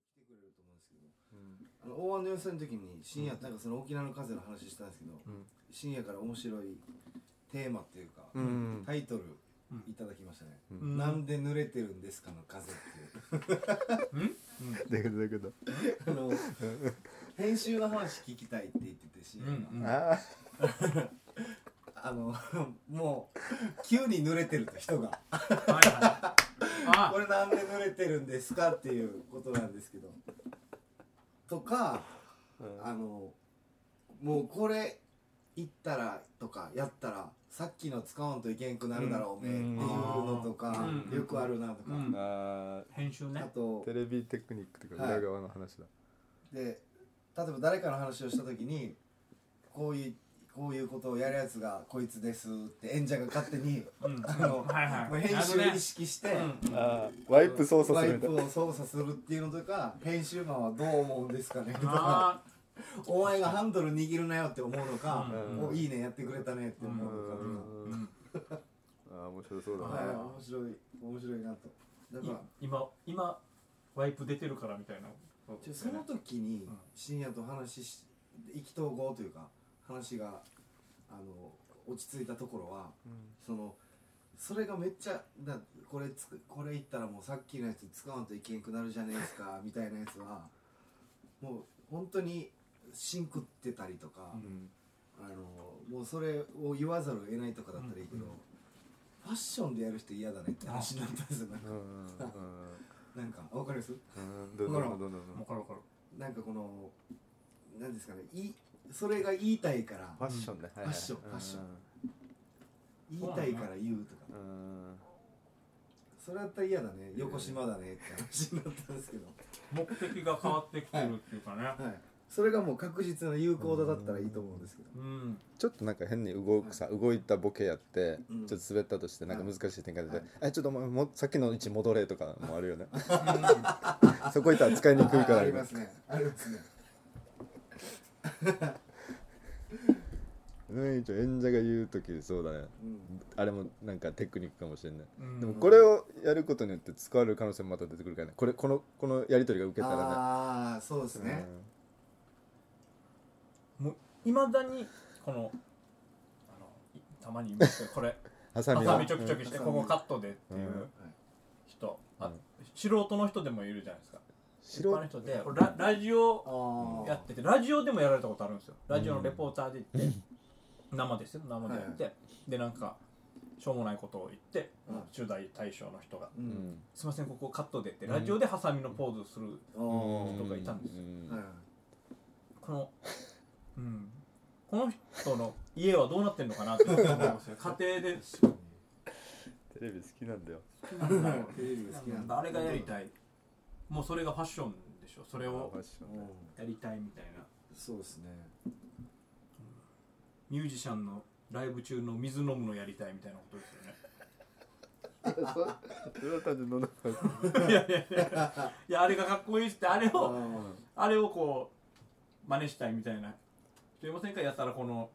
ですけどうんあの大安の予選の時に深夜、なんかその沖縄の風の話したんですけど、うん深夜から面白いテーマっていうか、うんタイトルいただきましたね、うんなんで濡れてるんですかの風っていうだけどだけどあの編集の話聞きたいって言ってて深夜が、うんうんあああのもう急に濡れてると人がはいはい「あこれなんで濡れてるんですか?」っていうことなんですけどとかあのもうこれ行ったらとかやったらさっきの使わんといけんくなるだろうおめえっていうのとかうんよくあるなとか、うんあ編集あねとテレビテクニックとか裏側の話だ、で例えば誰かの話をした時にこういうこういうことをやるやつがこいつですって演者が勝手にうんあのはいはいもう編集を意識して、なるほどねあーワイプ操作するみたいワイプを操作するっていうのとか編集マンはどう思うんですかねとかあお前がハンドル握るなよって思うのかうんもういいねやってくれたねって思うのかとかーうんあー面白そうだはいね面白い面白いなとだからい今今ワイプ出てるからみたいなちょその時にうん深夜と話し意気投合というか話があの落ち着いたところはそのそれがめっちゃだこれつくこれ言ったらもうさっきのやつ使わんといけんくなるじゃねえです かみたいなやつはもう本当にシンクってたりとか、うんあのもうそれを言わざるを得ないとかだったらいいけど、うんファッションでやる人嫌だねって話になったんですよなんうかんなんかわかりますうんどんどんどんどんどん分かる分かるなんかこのなんですかねいそれが言いたいからファッションねフファッションファッショ言いたいから言うとかンそれだったら嫌だね横島だねって話になったんですけど目的が変わってきてるっていうかねはい、それがもう確実な有効だだったらいいと思うんですけど、うんちょっとなんか変に動くさ動いたボケやってうんちょっと滑ったとしてなんか難しい展開ではい「えちょっとお前もさっきの位置戻れ」とかもあるよね そこいったら使いにくいかあらありみたいまなすねありますねうん一応演者が言う時そうだねうんあれもなんかテクニックかもしれないうんでもこれをやることによって使われる可能性もまた出てくるからねこれこのこのやり取りが受けたらああそうですねね、いまだにこのあのいたまに見ますけどこれハサミハサのミちょきちょきしてここカットでっていう人あうん素人の人でもいるじゃないですか一般白の人でこれララジオああやっててラジオでもやられたことあるんですよラジオのレポーターで行って、生ですよ生でやって、でなんかしょうもないことを言って、うん取材対象の人がううんん「すいませんここカットで」ってラジオでハサミのポーズする、あー人がいたんですようんはいこのうんこの人の家はどうなってんのかなって 思いますよ家庭でテレビ好きなんだよテレビが好きなんだ誰がやりたいもうそれがファッションでしょそれをファッションねうやりたいみたいなんそうですねミュージシャンのライブ中の水飲むのやりたいみたいなことですよねそれは単純に飲んだからいやいやいやいやあれがかっこいいっつってあれあをあれをこう真似したいみたいな人いませんかやったらこの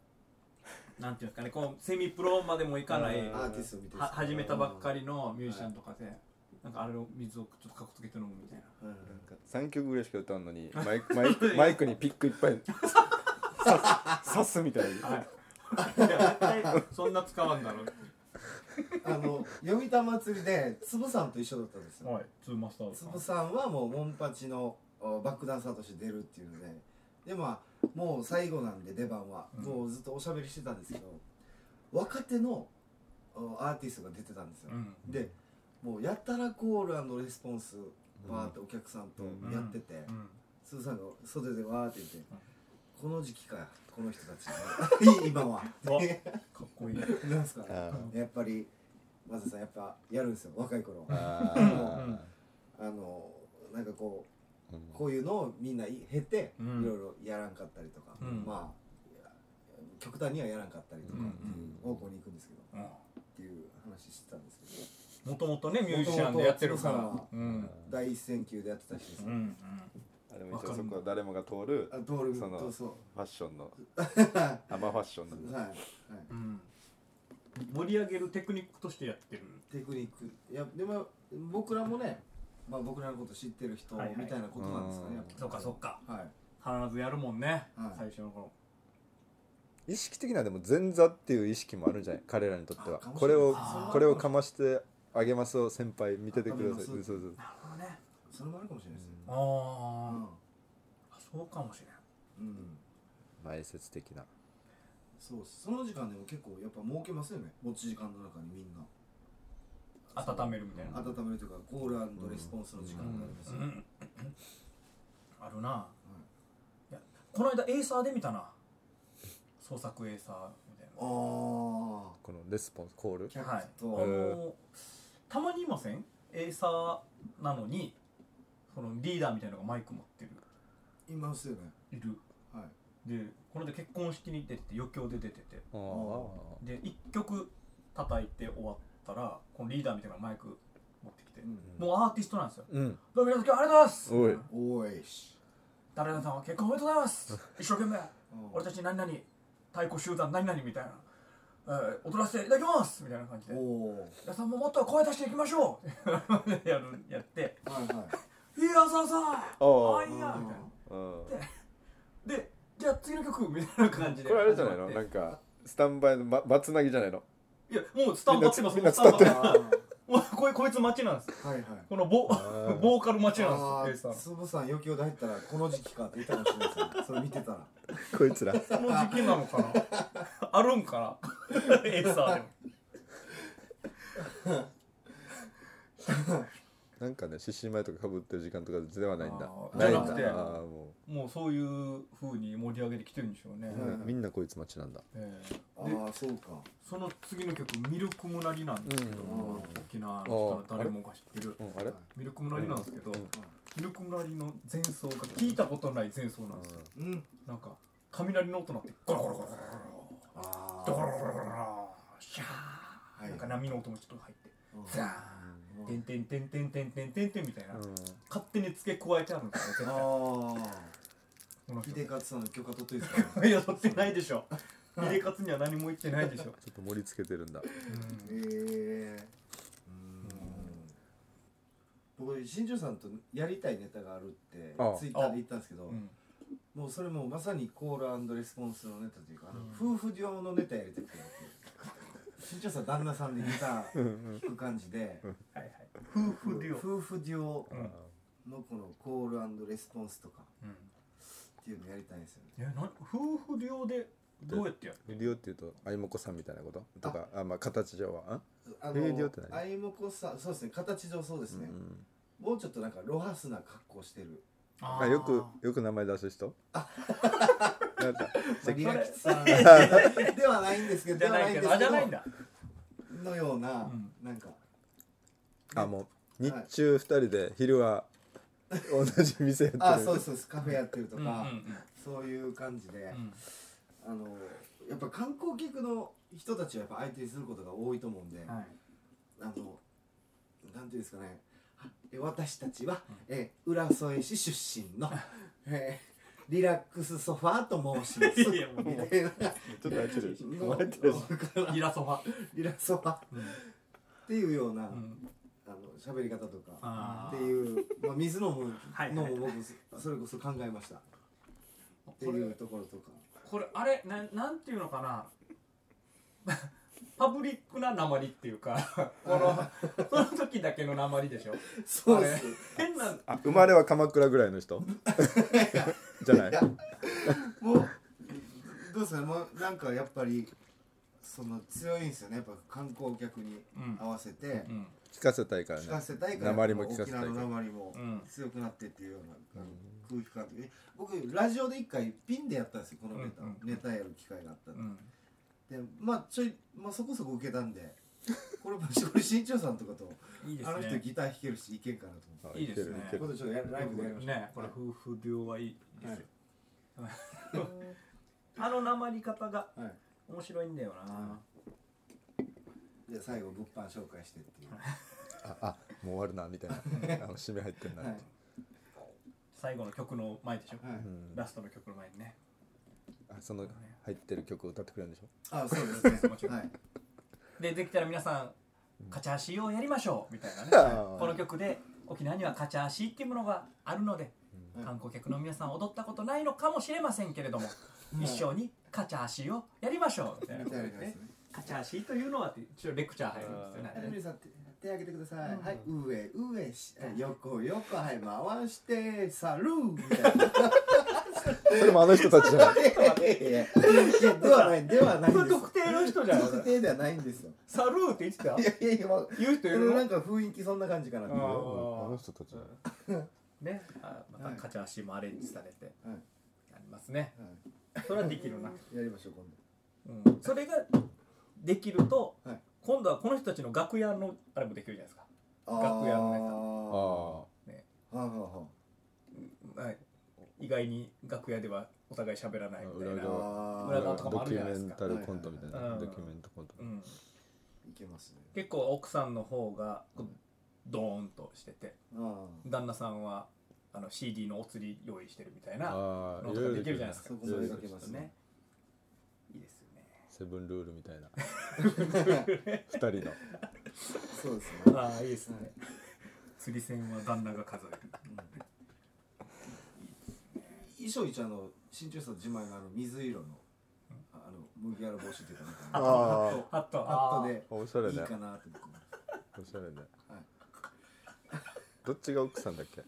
なんていうんですかねこのセミプロまでもいかないうんーアーティストみたいはな始めたばっかりりのミュージシャンとかでなんかあれを水をちょっとかっこつけて飲むみたいななんか3曲ぐらいしか歌うのにマイクマイクマイクにピックいっぱい刺す刺すみたいな、はいいや絶対そんな使わんだろあの読谷祭りでつぶさんと一緒だったんですよはいツーマスターつさんぶさんはもうモンパチのおバックダンサーとして出るっていうのででまあもう最後なんで出番は、うんもうずっとおしゃべりしてたんですけど若手のおアーティストが出てたんですよ、うんでもうやたらコールレスポンスバーってお客さんとやってて、うんすずさんが袖でわーって言って、この時期かこの人たち が今 はうわかっこいいなんすかあやっぱりマサさんやっぱやるんですよ若い頃ーああうんのなんかこうー、うんこういうのをみんな経て、うんいろいろやらんかったりとか、うんまあ極端にはやらんかったりとかっていうう方ん向に行くんですけど、っていう話してたんですけどもともとねミュージシャンでやってるか元々らうん第一線級でやってた人ですうんうんあでも一応そこは誰もが通るあドールそのとそうファッションの生ファッションなんだはい、はい、うん盛り上げるテクニックとしてやってるテクニックいやでも僕らもねまあ、僕らのこと知ってる人はいはいみたいなことなんですかね、やぱりそっかそっかはい必ずやるもんね、はい最初の頃意識的なでも前座っていう意識もあるんじゃない彼らにとってはあかもしこれなれいをあーこれをかましてあげますを先輩見ててくださいあかそうめますそうなるほどねそれもあるかもしれないですねあうー、ん、あそうかもしれないうん、埋設的なそうっすその時間でも結構やっぱ儲けますよね持ち時間の中にみんな温めるみたいな、温めるというかコールレスポンスの時間がありますよ、うんあるないやこの間エイサーで見たな創作エイサーみたいああなこのレスポンスコールキャはッいツあと、へのたまにいませんエイサーなのにそのリーダーみたいなのがマイク持ってるいますよねいるはいでこの間結婚式に出てて余興で出ててあーで1曲叩いて終わったらこのリーダーみたいなのがマイク持ってきて、うんもうアーティストなんですようん「どうも皆さん今日はありがとうございますおおいいし誰々さんは結婚おめでとうございます一生懸命うん俺たち何々太鼓集団何々みたいな、えー踊らせていただきますみたいな感じでおお皆さんももっと声出していきましょう やるやってはいはい「いいやさあさあああいいや」みたいなうんでじゃあ次の曲みたいな感じでこれあれじゃないの始なまっんかスタンバイのばばつなぎじゃないのていやもうスタンバってますみんもなうスタンバってあますもうこいこいつ待ちなんですーはいはいこのボーボーカル待ちなんあですあエイサつぶさん余興で入ったらこの時期かって言ったかもしれないですねそれ見てたらこいつらーその時期なのかなあるんかなエイサーでもなんかね獅子舞とかかぶってる時間とかではないんだあーないんじゃなだくてあーももうそういう風に盛り上げてきてるんでしょうね、うはいうんみんなこいつ待ちなんだえあーであそうかその次の曲「ミルクムナリ」なんですけど、うん沖縄の人は誰もが知ってるうんあれミルクムナリなんですけど、うんミルクムナリの前奏が聞いたことない前奏なんですよ、うんなんか雷の音鳴ってゴロゴロゴロゴロあゴロゴロあゴロゴロゴロシャー、はいなんか波の音もちょっと入ってうんザーンてんてんてんてんてんてんてんてんみたいな、うん勝手に付け加えてあるんですよ絶あ対 あこの人秀勝さんの許可取っていいですか いや取ってないでしょ秀勝には何も言ってないでしょ、ちょっと盛り付けてるんだええー、うーん僕新庄さんとやりたいネタがあるってああツイッターで言ったんですけど、うんもうそれもまさにコールレスポンスのネタというか、あのう夫婦用のネタやりたくて僕新庄さん旦那さんでギター弾く感じではいはい、夫婦デュオ、夫婦デュオうんのこのコールレスポンスとかうんっていうのやりたいんですよねえな夫婦両でどうやってやるリオっていうと相もこさんみたいなこととかあまあ形上はんあのフリーデュオって何あいもこさんそうですね形上そうですね、うんもうちょっとなんかロハスな格好してるあよくよく名前出す人なんかまあリラキツさんで はないんですけどじでゃはなないいんけですどあけじゃないんどだのような、うんなんかあも う日中二人で昼は同じ店やってるあそうですそうですカフェやってるとうか、んうんそういう感じでう、んあのやっぱ観光客の人たちはやっぱ相手にすることが多いと思うんで、うんはいあのなんていうんですかねあえ私たちは、え浦添市出身の、えーリラックスソファーと申しますいやもうみたいなちょっと入ってるの入ってるイラソファリラソファうんっていうような、うんあの喋り方とか。あってーいう、まあ、水飲 むはいのも僕それこそ考えましたってこいれうところとかこれあれなんなんていうのかな パブリックな鉛っていうか このその時だけの鉛でしょそうです変なあ生まれは鎌倉ぐらいの人じゃないもうどうですかねもうなんかやっぱりその強いんですよねやっぱ観光客にうん合わせてうん聞かせたいからね聞かせたいから、鉛も聞かせた沖いから縄の鉛もうん強くなってっていうようなあの空気感で、僕ラジオで一回ピンでやったんですよこのネタ、うんうんネタやる機会があったんでうんでまあちょい、まあ、そこそこ受けたんでこれもこれ新潮さんとかといいであすの人ねギター弾けるしいけんかなと思ってあいいですねとけいるうことでちょっとやライブでやりましょうねこれ夫婦両はいいですよはあの鉛方がい、はい、面白いんだよなじゃあ最後物販紹介してっていうああもう終わるなみたいなあの締め入ってんな、はい、最後の曲の前でしょはいうんラストの曲の前にねあその入ってる曲を歌ってくれるんでしょあそうですもちねろんはいでできたら皆さん「カチャーシーをやりましょう」みたいなねあーこの曲で沖縄にはカチャーシーっていうものがあるので、うん観光客の皆さん踊ったことないのかもしれませんけれども、もう一緒にカチャーシーをやりましょうみたいなみことたいでな感じですねすねカチャーシーというのはって一応レクチャー入るんですよはい、ね皆さん手手挙げてください。うんはい、上上し横横はい回してサルーみたいな。それもあの人たちじゃないではないではないんこでれすよ。特定の人じゃん特定ではないんですよ。サルーって言ってたいやいやいや、まあ、言う人いでるもなのんか雰囲気そんな感じかなっていう。ああはーの人たちねあまはたいカチャーシーもアレンジされていはありますねいそれはできるな、やりましょう今度。うん、それができると、はい今度はこの人たちの楽屋のあれもできるじゃないですか楽屋あのあネタ。はあはあははい、意外に楽屋ではお互い喋らないみたい裏な側、あ裏側あとかもあるじゃないですかドキュメンタルコントみたいな、うんドキュメントコント、うん、いけますね。結構奥さんの方がこうドーンとしててあ旦那さんはあの CD のお釣り用意してるみたいなああのいとろかいろできるじゃないあ、ですかそこも描けますね。いいですよねセブンルールみたいな 二人のそうですね。ああいいですね釣り線は旦那が数える衣装一応あの新潮さんの自前のあの水色のああの麦わら帽子っていうかなんかあハットハットハットあーでおしゃれいいねかなと思っておしゃれね、はいどっちが奥さんだっけ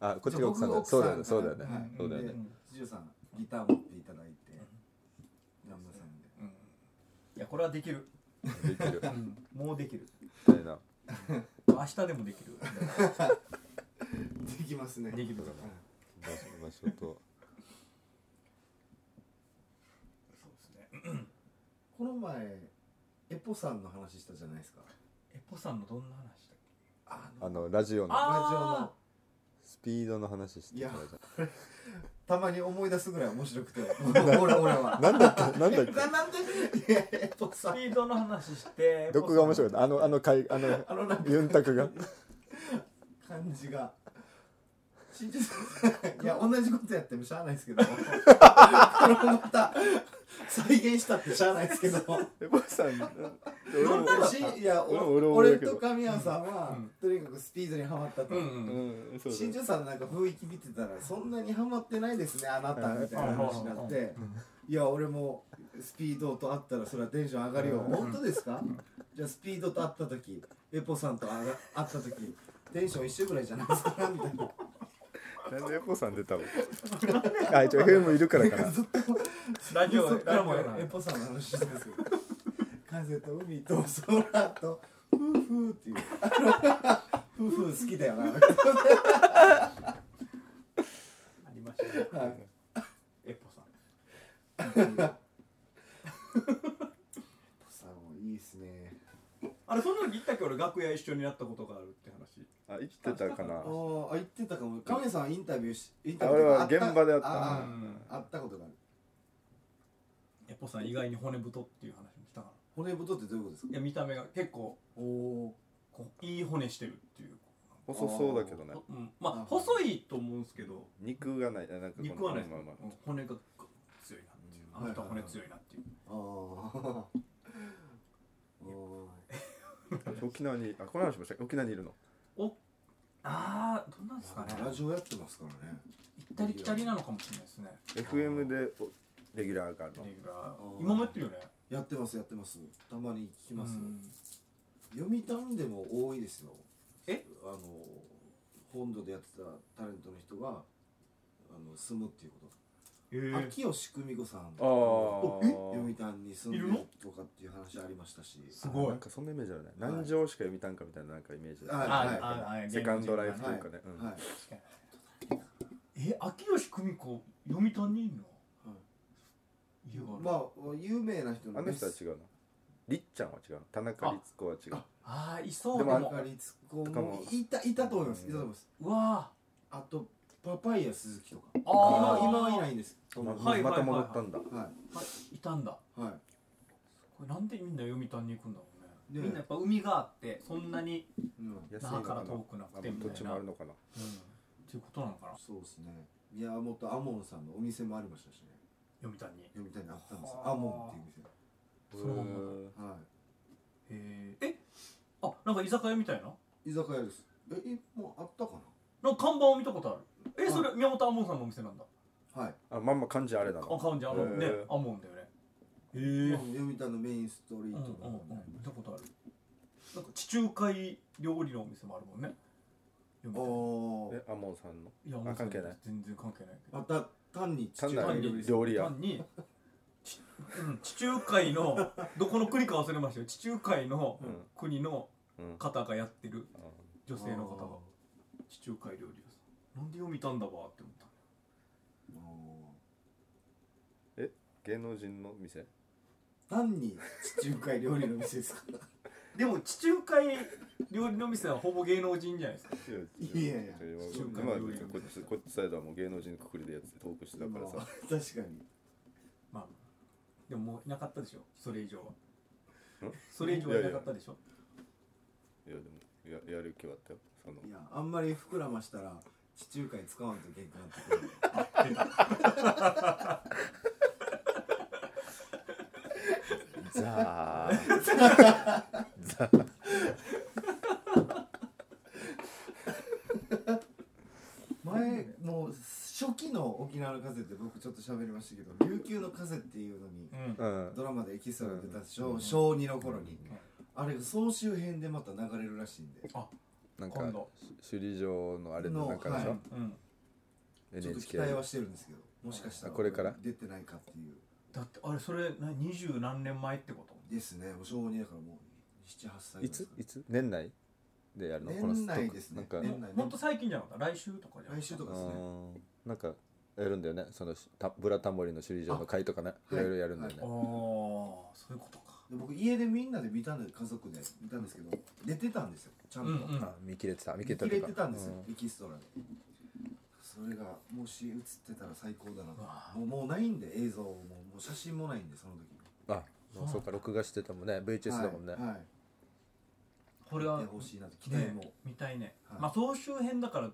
あこっちじゃがあ奥さんだ僕が奥さんそうだよねそうだよね、はいそうだよでね、新潮さんギター持っていただいて旦那さんでうんいやこれはできる、できるみうんもうできるたいな明日でもできるできますねできるから場所場所とそうですねこの前エポさんの話したじゃないですかエポさんのどんな話だっけああのラジオのあラジオのスピードの話してたからじたまに思い出すぐらい面白 くて俺俺はゃんなんだっけ なんだなっけなんでいやエポさスんピードの話してどこが面白かったあのあの会あのあのなんかユンタクが感じ が新潮さんいや同じことやってもしゃあないですけどこれもまた再現したってしゃあないですけどエボさんど俺もしいや俺もお俺も俺だけどと神谷さんは、うんとにかくスピードにはまったと、うんうん、うんそうだ新よ庄さんのなんか雰囲気見てたらそんなにはまってないですねあなたみたいな話になって、いや俺もスピードと会ったらそれはテンション上がるよ、うん本当ですか、じゃあスピードと会った時エポさんと会った時テンション一緒ぐらいじゃないですかみたいな。なんでエボさん出たのあ一応 FM いるからか なラジオそっかラらジもオうなエポさんの話してるんですよ風と海と空とふうふうっていうあのふうふう好きだよなありましたねはいエポさんさあもういいですねあれその時言ったっけ俺楽屋一緒になったことがあるって話あ生きてたかなああ言ってたかも亀さんインタビューしインタあビュー俺はっていうか現場で会ったあうあんあったことがあるエポさん意外に骨太っていう話もしたか骨太ってどういうことですらいかや見た目が結構おおこういい骨してるっていう、細そうだけどねうん、まあ細いと思うんですけど肉がないあなんかこの肉はねまあまあまあ骨が強いなっていうあなた骨強いなっていうああ おー沖縄にあこの話もしたっけ沖縄にいるのおああどんなんですかねラジオやってますからね行ったり来たりなのかもしれないですね FM でおレギュラーがあるのレギュラー今もやってるよねやってますやってますたまに聞きます、うん読谷でも多いですよえあの本土でやってたタレントの人があの住むっていうこと、えー秋吉久美子さんああえ読谷に住んでいるるのとかっていう話ありましたしすごいなんかそんなイメージあるね南城しか読みたんかみたいななんかイメージだはいはいはいはいセカンドライフとはいいうかねうんはいえ秋吉久美子読谷にいるのはい家がある、まあ有名な人あのの人は違うなりっちゃんは違う田中律子は違うあーいそうででもも中立子とかももいたいたと思いますいうんたと思いますうわあとパパイヤ鈴木とか今あー今はいないんですまははいはいはいはいまた戻ったんだいはーあいたんだい、はいこれなんでみんな読谷に行くんだろうねねみんなやっぱ海があってそんなに、うん、安い那の覇かからな遠くなくあてみた土地いなもあるのかなうん、っていうことなのかなそうですね宮本アモンさんのお店もありましたしね読谷にへ読谷にあったんですはあアモンっていう店そうなんはええあなんか居酒屋みたいない居酒屋ですええもうあったかなんか看板を見たことあるえあそれ宮本アモンさんのお店なんだなはい、あまんま漢字あれだあな感じあのねへーアモンだよねへえまあ読谷のメインストリーうんトうんうのん方にあり見ますたことあるなんか地中海料理のお店もあるもんねあーえアモンさんのいやあ関係ない全然関係ないけどまた単に地中単な海料る理料理屋単にちうん地中海の どこの国か忘れましたよ地中海のうん国のうん方がやってるあ女性の方が地中海料理屋さんなんで読みたんだわって思ったあー芸能人の店単に地中海料理の店 ですかでも地中海料理の店はほぼ芸能人じゃないですかいやいやちょ中今華こ料理っちこっちサイドはもう芸能人くくりでやってトークしてたからまあさ確かにまあでももういなかったでしょそれ以上はんそれ以上はいなかったでしょいやでもややる気はあったよそのいやあんまり膨らましたら地中海使わんといけんくなってくるザー前もう初期の沖縄の風って僕ちょっと喋りましたけど琉球の風っていうのにうんうんドラマでエキストラで出たう小ん小2の頃にあれが総集編でまた流れるらしいんでなんか今度首里城のあれの中でしのょはうんちょっと期 NHK 待はしてるんですけどもしかしたらあこれから出てないかっていうだってあれそれな二十何年前ってことですねもう小2だからもう78歳ぐらいですつかねいつ年内でやるの年内ですねこのストックな年んか内もっと最近じゃなかった来週とかじゃなかっ来週とあかですねーなんかやるんだよねそのたブラタモリの首里城の会とかねあいろいろやるんだよたねああそういうことかで僕家でみんなで見たんで家族で見たんですけど寝てたんですよちゃんと、うんうんあ見切れてた見切れた切とれかてたんですよ、うエキストラでそれがもし映ってたら最高だなうわともうもうないんで映像ももう写真もないんでその時あそうそうか録画してたもんね VHS だもんねはい、はい、これは見てほしいなと期待も、ね見たいねはいまあ総集編だから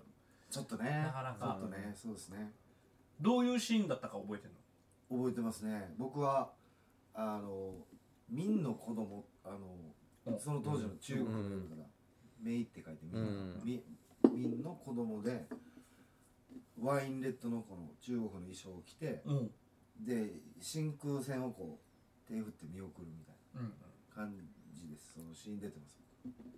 ちょっとねなかなかちょっとねそうですねどういうシーンだったか覚えてる覚えてますね僕はあの民の子供あうのんその当時の中国の読み方「メイ」って書いて「民うんみ民の子供でワインレッドのこの中国の衣装を着てのうんで真空船をこう手振って見送るみたいうんな感じですそのシーン出てます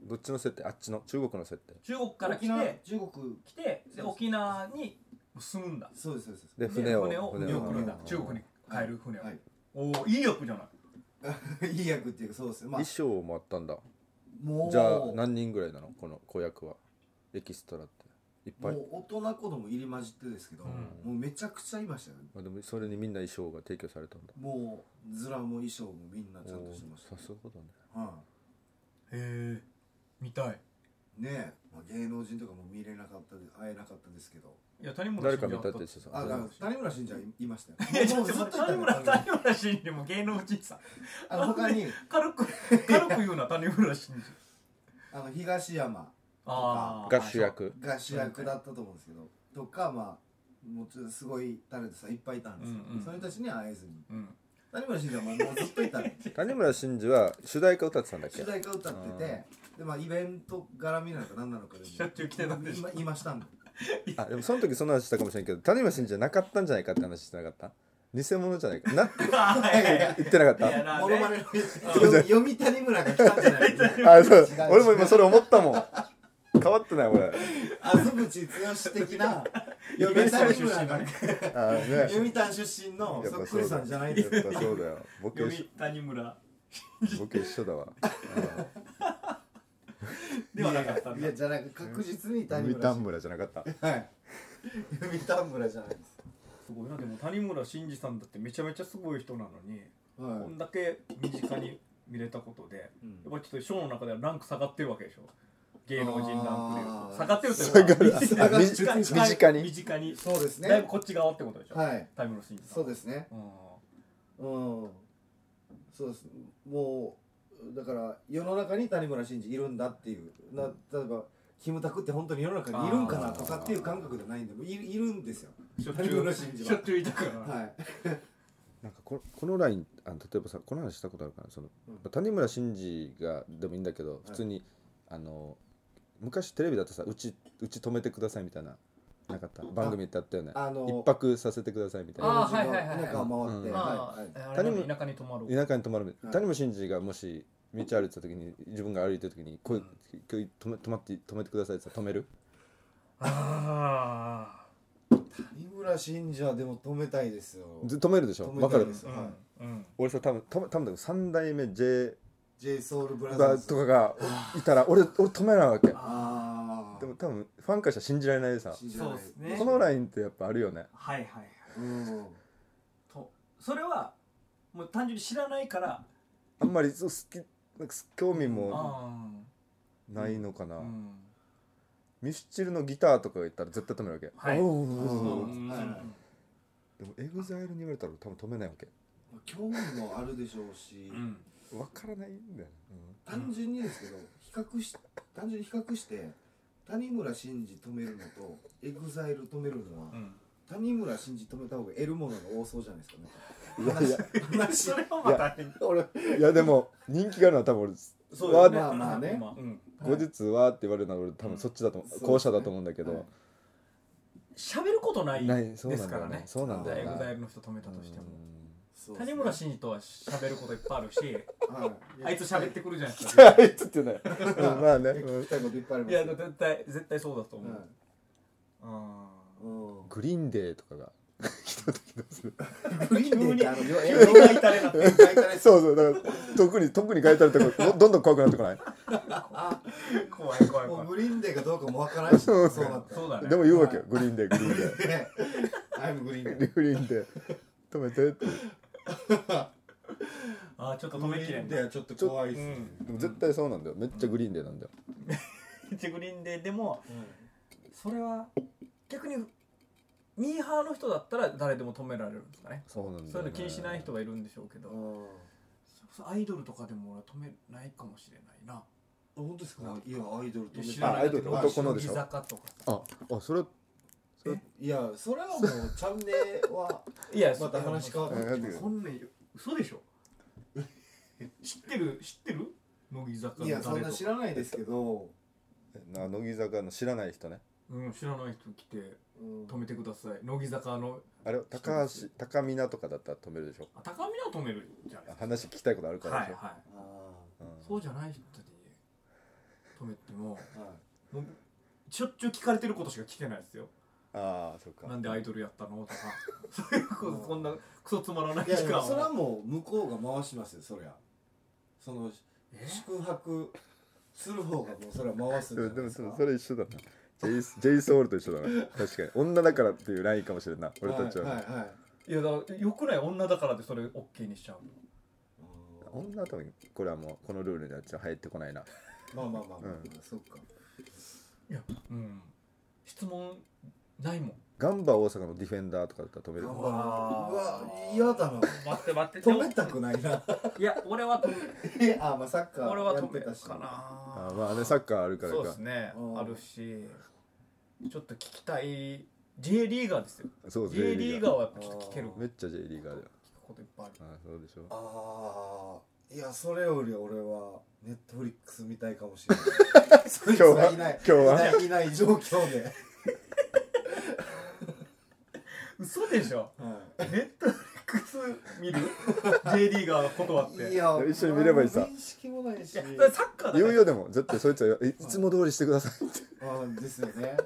どっちの設定あっちの中国の設定中国から来沖縄て中国来てでそうそう沖縄に住むんだそうですそうですでで船を船を見送るんだうん中国に帰る船を、はい おおいい役じゃないはい、いい役っていうかそうですねまあ衣装もあったんだもうじゃあ何人ぐらいなのこの子役はエキストラっていっもぱいう大人子供入り混じってですけど、うんもうめちゃくちゃいましたよねあでもそれにみんな衣装が提供されたんだもうズラも衣装もみんなちゃんとしてましおーさすがだねたはへえ見たいいねえ、まあ、芸能人とかも見れなかったで会えなかったですけどいや谷村誰新か司見はたっだて言っててたあだから谷村新司はいいましたいやよちょっとず待っってと谷村いたんだ谷村新司も芸能人さんあの他に軽 く軽く言うな谷村新司あの東山ああが主役が主役だったと思うんですけどとかまあもうちょっとすごいタレントさんいっぱいいたんですけど、うんうんそれたちには会えずにうん谷村新司はもうずっといたんで谷村新司は主題歌歌ってたんだっけ主題歌歌っててでまあイベント絡みなのか何なのかでもしょっちゅう来てたんでしょいまいましたんであでもその時そんな話したかもしれんけど谷村新司じゃなかったんじゃないかって話してなかった偽物じゃないかなああいやいや言ってなかいっやなモんノでマネの読み谷村が来たんじゃないですかたあそう違う俺も今それ思ったもん変わってない俺あ安口剛的な 読谷村がーね読谷出身のそっくりさんじゃないやでっすぱかそうだよ僕 読一谷村緒僕一緒だわではなかったんいだやじゃなく確実に谷読村谷村じゃなかったはい 読谷村じゃないですすごいなでも谷村新司さんだってめちゃめちゃすごい人なのにはこんだけ身近に見れたことでやっいぱりちょっとショーの中ではランク下がってるわけでしょ芸能人ランクあでー下がってるという下がるか下がる身近に近い身近に身近にそうですだいぶねこっち側ってことでしょはいタイムロスインそうですねうん うんそうですもうだから世の中に谷村新司いるんだっていうな例えばキムタクって本当に世の中にいるんかなとかっていう感覚じゃないんでもういるいるんですよしょっちゅ谷村う新司しょはっちゅういたからはいなんかここのラインあの例えばさこの話したことあるかなその、うん谷村新司がでもいいんだけど普通に、あの昔テレビだとさうちうち止めてくださいみたいななかった番組ってあったよねあの一泊させてくださいみたいなあーはいはいはい中を回って、うんまあ、はいはいあれなんで田舎に泊まろう田舎に泊まるはい谷本真二がもし道歩いてた時に自分が歩いてる時に「こうこう止め止まって止めてください」って言ったら止めるあ谷村新司はでも止めたいですよず止めるでしょ止めわたかいるですあ、はいうんうん俺さ多分多分多分3代目 J j s o u l ブラザーバズとかがいたら俺俺止めないわけでああも多分ファンからしたら信じられないでさ信じられそうないですねこのラインってやっぱあるよねはいはいはいうんとそれはもう単純に知らないからあんまりそう好きなんか興味もあないのかあな、うんミスチルのギターとかが言ったら絶対止めるわけ、はいおうおうおうおううんはいはいでもエグザイルに言われたら多分止めないわけ興味もあるでしょうし、うんわからないんだよね、単純にですけど比較し単純に比較して谷村新司止めるのとエグザイル止めるのは、うん谷村新司止めた方が得るものが多そうじゃないですかねうんいやいや話 それはまた変俺いやでも人気があるのは多分俺そうわよねまあまあねまあうん後日はって言われるのは俺多分そっちだと思うんう後者だと思うんだけど、はい喋ることないないそうでなすんかだよらねねそうなんだエよグなザイルの人止めたとしてもそうですね谷村新司とは喋ることいっぱいあるしはいあいつ喋ってくるじゃないですじ かゃあいつってね、 うんまあね、いやう聞んきたいこといっぱいありますいやよ絶対絶対そうだと思はうあいうんグリーンデーとかが来た時どうするグリーンデーってあのあ急映に泣いたれなって画大体そうそうだから特に特に書いてあるとこどど んどん怖くなってこない怖い怖いも怖ういグリーンデーかどうかもわからないしそうなったそうだねでも言うわけよ、グリーンデー、グリーンデねアイムグリーンデーー。グリーンデー。止めてって。あーちょっと止グめリきれーんンなデーはちょっと怖いっすねでも絶対そうなんだよ。めっちゃグリーンデーなんだよ。チグリーンででもうんそれは逆にミーハーの人だったら誰でも止められるんですかねそうなんだよねそういうの気にしない人はいるんでしょうけど、うんそうアイドルとかでも俺は止めないかもしれないな本当ですかいやアイドル止め知てらあなアいイけドどル男のでしょ乃木坂とかあ、あ、それ、えいやそれはもうチャンネル はいやまた話変わってきまそんなんよ嘘でしょ知ってる知ってる乃木坂すいのやそん誰なと知からないですけどな乃木坂の知らない人ね。うん知らない人来てうん止めてください乃木坂のあれ、高橋、高見なとかだったら止めるでしょ。あ高見は止めるじゃないで話聞きたいことあるすかからはでいしょ。はあうんいそうじゃない人に止めてもーはいもうしょっちゅう聞かれてることしか聞けないですよああ、そっか。なんでアイドルやったのとか そういうことこんなクソつまらないいや時いや間それはをもう向こうが回しますよそりゃそのえ宿泊する方がもうそれは回すんじゃでもない ででもすそかれそれ一緒だな。ジェイスジェイソウルと一緒だな。確かに。女だからっていうラインかもしれんな。俺たちは。はいはいはいいやだからよくない女だからでそれ OK にしちゃううん女は多分、これはもう、このルールにはちょっと入ってこないな。まあまあまあまあうそっかいやうん質問ないもんガンバ大阪のディフェンダーとかだったら止め頑る。張ろうううわわー嫌だな待って待っ止めたくないな いや俺は止めえあまあサッカ俺ーはや止ってめたるしかなあーまあね、サッカーあるからそうでかす。ねうんあるしちょっと聞きたい J リーガーですよそう J リーガーはやっぱーちょっと聞けるめっちゃ J リーガーだよ聞くこといっぱいあるあそうでし ょああいやそれより俺はネットフリックス見たいかもしれないそいつ 今が日はいない今日はいないいない状況で、嘘でしょはネットフリックス見る J リーガーの断ってい、いやや一緒に見ればいいさ認識もないしそれサッカーだ言うからよでも絶対そいつはえいつも通りしてくださいってあーですよね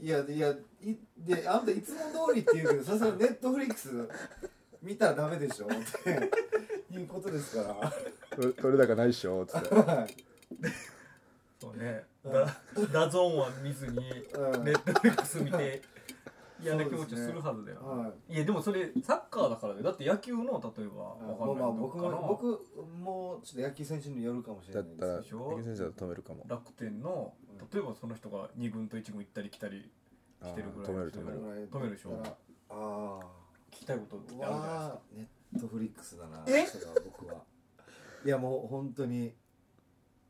いやいやいであんたいつも通りって言うけどさすがにネットフリックス見たらダメでしょっていうことですか取れ高ないっしょっつってらはいそうねうんダダゾーンは見ずにうんネットフリックス見て嫌な気持ちをするはずだよ、はいいやでもそれサッカーだからだよだって野球の例えばわかんもうないまあどっ僕かもの僕もちょっと野球選手によるかもしれだなっいですたらでしょ池先生は止めるかも楽天のうん例えばその人が2軍と1軍行ったり来たりあー来てるぐらい止めるです止よめる止めるでしょああ聞きたいことってーうあるじゃないわーネットフリックスだなえそれは僕はいやもう本当に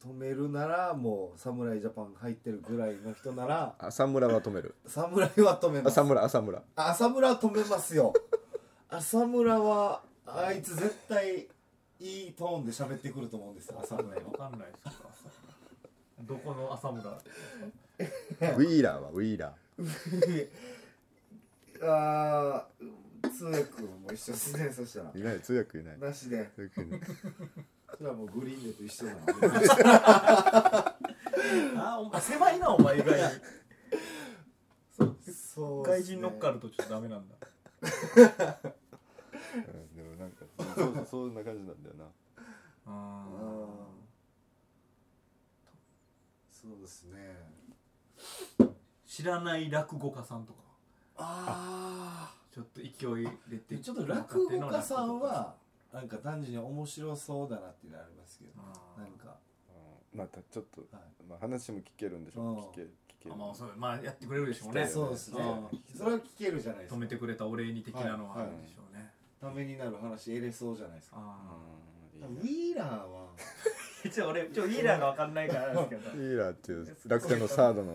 止めるならもう侍ジャパン入ってるぐらいの人な ら浅村は止める侍は 止めます浅村浅村あ浅村は止めますよ浅村はあいつ絶対いいトーンで喋ってくると思うんですよ浅ですか村は分かんないですかどこの浅村ウィーラーはウィーラーあー通訳も一緒ですねそしたらいない通訳いないなしで通訳 いないそれはもうグリーンデーと一緒なんであお前狭いなお前以外そうそうっすね外人乗っかるとちょっとダメなんだうんでもなんかそうそうそんな感じなんだよなあーあそうですね知らない落語家さんとかあちょっと勢い出てあちょっと落語家さんはなんか単純に面白そうだなっていうのはありますけどあーなんかうんまたちょっと、はまあ、話も聞けるんでしょうん聞け聞けるあまあそうまあやってくれるでしょうねねそうですねうんそれは聞けるじゃないです止かめてくれたお礼に的なのはあるんでしょうね、ためになる話得れそうじゃないですかあうんいいウィねーラーはあちょ俺ちょウィーラーが分かんないからですけどウィーラーっていう楽天のサードの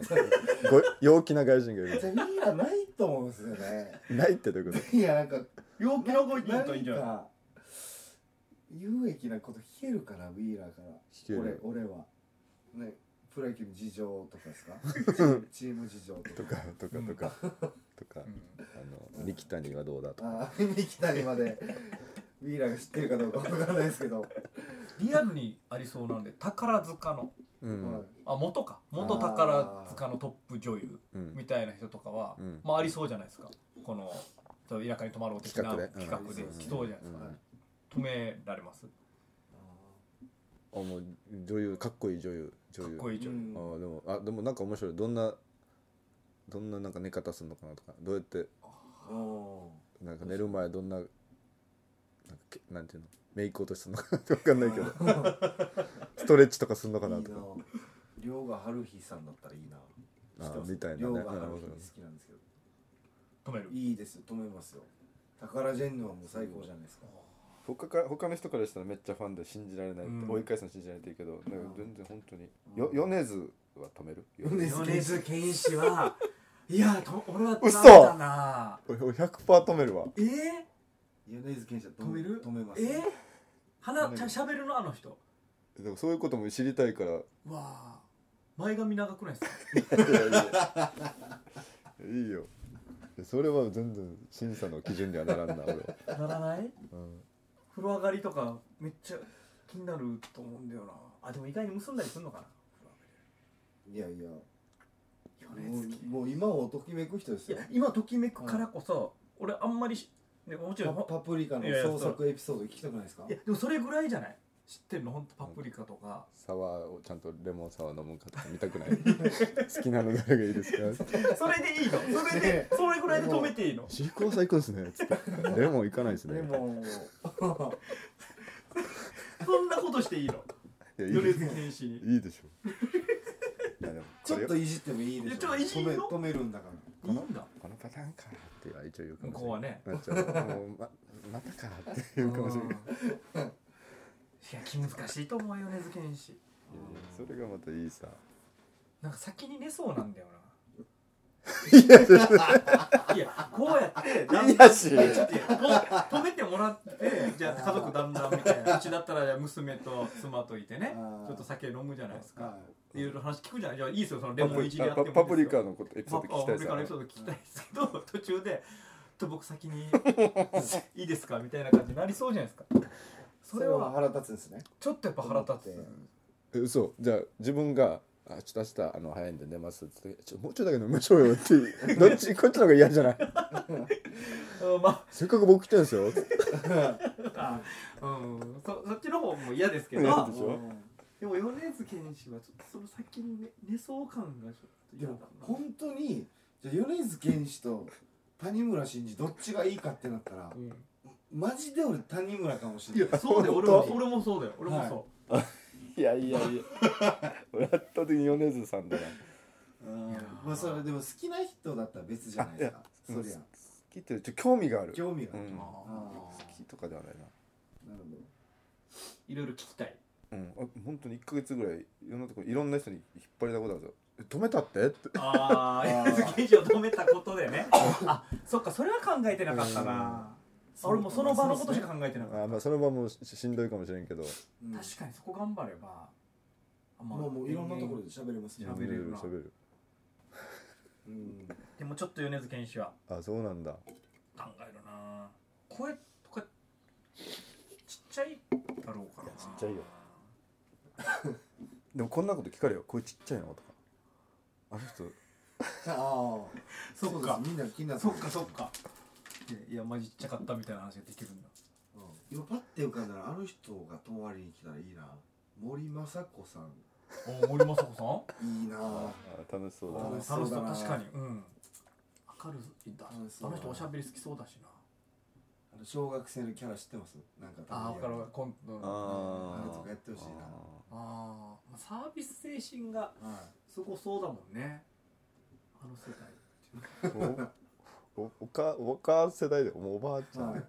ご陽気な外人がいじゃるあウィーラーないと思うんですよね ないってどういうこいやなんか陽気な声で言何うといいんじゃないか有益なこと聞けるかなウィーラーから聞ける俺俺はねプロ野球の事情とか ですかチーム事情とかととかとかとか、とかうんあの三木谷はどうだとかあー 三木谷までウィーラーが知ってるかどうかわからないですけど、リアルにありそうなんで宝塚のうん、はいあ元か元宝塚のトップ女優うんみたいな人とかは、うんまあありそうじゃないですかこの「そう田舎に泊まろう」的な企画で企画でうん来そうじゃないですか、止められますかあもう女優かっこいい女優女優っこいい女優、うんあーでもあでもなんか面白いどんなどんななんか寝方するのかなとかどうやっておなんか寝る前どんななんかけなんていうのメイク落としするのかなって分か んないけどストレッチとかするのかーないいとなか涼が春日さんだったらいいなあー知ってますみたいなね涼が春うん日好きなんですけど止めるいいですよ止めますよ宝ジェンヌはもう最高じゃないですか、他か他の人からしたらめっちゃファンで信じられないって、うん追い返すの信じられてるけどなんか全然本当に、ようん米津は止める米津米津玄師はいやと俺は嘘ダメだな俺俺100%止めるわえー、米津玄師は止める止めますえー、止鼻めるしゃしゃべるのあの人でもそういうことも知りたいからうわあ前髪長くないですかいやいやいいよそれは全然審査の基準にはならんな俺は、ならないうん風呂上がりとかめっちゃ気になると思うんだよなあでも意外に結んだりするのかないやいや米も津うもう今をときめく人ですいよや今ときめくからこそ、俺あんまりし、ね、もちろんパパプリカのいやいや創作エピソード聞きたくないですかいやでもそれぐらいじゃない知ってるの本当パプリカと か、サワーをちゃんとレモンサワー飲むかとか見たくない好きなの誰がいいですかそれでいいのそれでそれぐらいで止めていいのシークワーサー行くんですねつってレモン行かないですねレモンをそんなことしていいのいやいい米津玄師にいいでしょいやでもちょっこといじってもいいでしょいやちょっといじるよ止め止めるんだからいいんだれこのパターンかっては一応言うか向もしこうれはねないなっちゃうもうままたかって言うかもしれないいやうんいや気難しいと思うよ米津玄師いやそれがまたいいさなんか先に寝そうなんだよな。いや、こうやって、だんだん、いやしちょっと止めてもらって、じゃあ家族だんだんみたいな。うちだったら、じゃあ娘と妻といてねあ、ーちょっと酒飲むじゃないですかは。いろいろ話聞くじゃない。じゃあいいですよ、そのレパモプンいリじりやっカてもいいですよパプリカのことエピソード聞きたいパプリカのエピソさード聞きたいですけど、途中で、ちょっと僕先に、 いいですかみたいな感じになりそうじゃないですか。そそれれはは、腹立つんですねちょっとやっぱ腹立つ。え嘘じゃあ自分が「あちょっと明日あの早いんで寝ます」って言ってちょもうちょいだけ飲みましょうよ」 ってどっちこっちの方が嫌じゃないうんまあせっかく僕来てるんですよあうん、そそっちの方も嫌ですけど嫌でしょでも米津玄師はちょっとその先に、ね、寝そう感がちょっとで嫌だもな本当にじゃあ米津玄師と谷村新司どっちがいいかってなったらうんマジで俺谷村かもしいれなやいそうだよ本俺当も俺もそうだよ俺もそう、いやいやいや俺圧倒的に米津さんだなうんまあそれでも好きな人だったら別じゃないですかいそやりゃ聞いてるちょ興味がある興味がうあるん、あ好ーきとかではないななるほどいろいろ聞きたいうんあ本当に1か月ぐらいいろんなとこいろんな人に引っ張りだことあるんですよえ「止めたって?」ってああー米津玄師を止めたことでねあそっかそれは考えてなかったな俺もその場のことしか考えてなかっあまあその場もししんどいかもしれんけどうんた確かにそこ頑張ればあまもうもういろんなところで喋れますね喋れるな喋るうんでもちょっと米津玄師はあそうなんだ考えるな声とかちっちゃいだろうからなちっちゃいよでもこんなこと聞かれよ声ちっちゃいのとかあの人ああそっかうですみんな気になってそるっかそっかいやいやマジちっちゃかったみたいな話ができるんだうん今パッて浮かんだらあの人が泊まりに来たらいいな森昌子さんお森雅子いいな楽しそうさだ楽んしそなうだな楽しそう確かにうん明るいだ楽しそうあだなの人おしゃべり好きそうだしなあの小学生のキャラ知ってますなんかたまあにあやかるるわコントのあああれとかやってほしいなあまあサービス精神がはすごそうだもんねあの世代っていうかあーおおおかおか世代でもうおばあいちゃん、 はい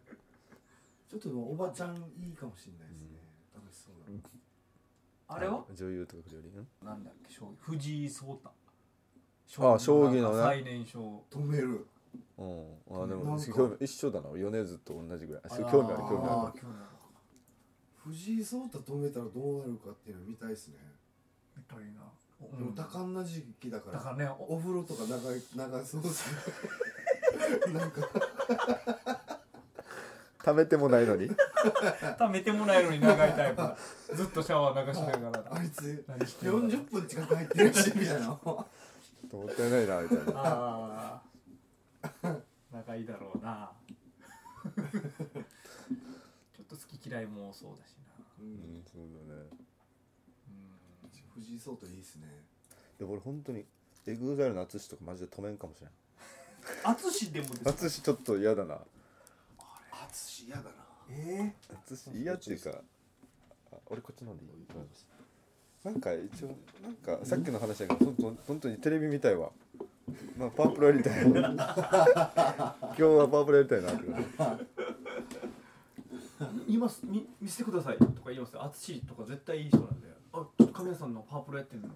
ちょっとでもおばちゃんいいかもしれないですね楽しそうだあれは女優とか来るよりうんなんだっけ将棋藤井聡太あ将棋のねなんか最年少止めるうん、あなでんもか興味一緒だな米津と同じぐらいあ興味ある興味ある興味ある藤井聡太止めたらどうなるかっていうの見たいですね、みたいなでも多感な時期だからだからねおお風呂とか長い長そう ですねなんかる貯めてもないのにためてもないのに長いタイプだずっとシャワー流しながらあいつ何してんだ40分近く入ってるしみたいなもったいないなみたいなああ仲いいだろうなちょっと好き嫌いも多そうだしなううんんそうだねうん藤井聡太いいですねでも俺本当にエグザイルの淳とかマジで止めんかもしれん淳でもです淳ちょっと嫌だな淳嫌だなえ淳嫌っていうかあ俺こっちの方でいい、なんか一応なんかさっきの話だけどほんと本当にテレビみたいわまあパープルやりた い今日はパープルやりたいなって感じえ今すみ見せてくださいとか言いますよ淳とか絶対いい人なんであちょっと神谷さんのパープルやってんの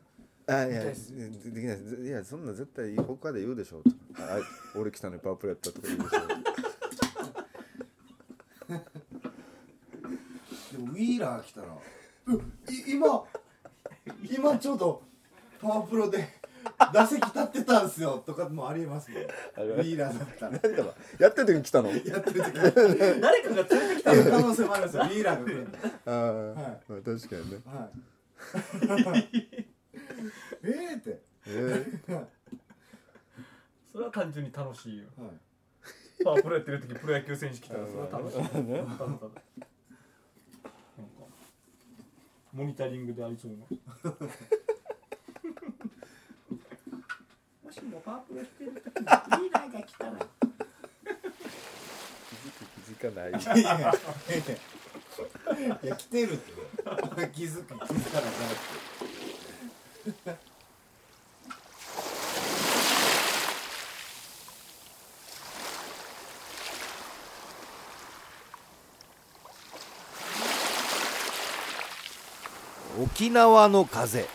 あいみたやいでですできないですいやそんな絶対他で言うでしょうとああい俺来たのにパワープレやったとか言うでしょでもウィーラー来たらうい今今ちょうどパワープロで打席立ってたんすよとかもありえますもんウるィーラーだったら何だろう やってる時に来たのやってる時に誰かが連れてきた可能性もありますよウィーラーが来るんであ、はまあ確かにねはいええってえそれは単純に楽しいよはいパワープロやってる時プロ野球選手来たらそれは楽しいねただただなんかモニタリングでありそうな もしもパープルしてる時にリーダーが来たら気づかないい やいやいやいや来てるって気づく気づかなくなって沖縄の風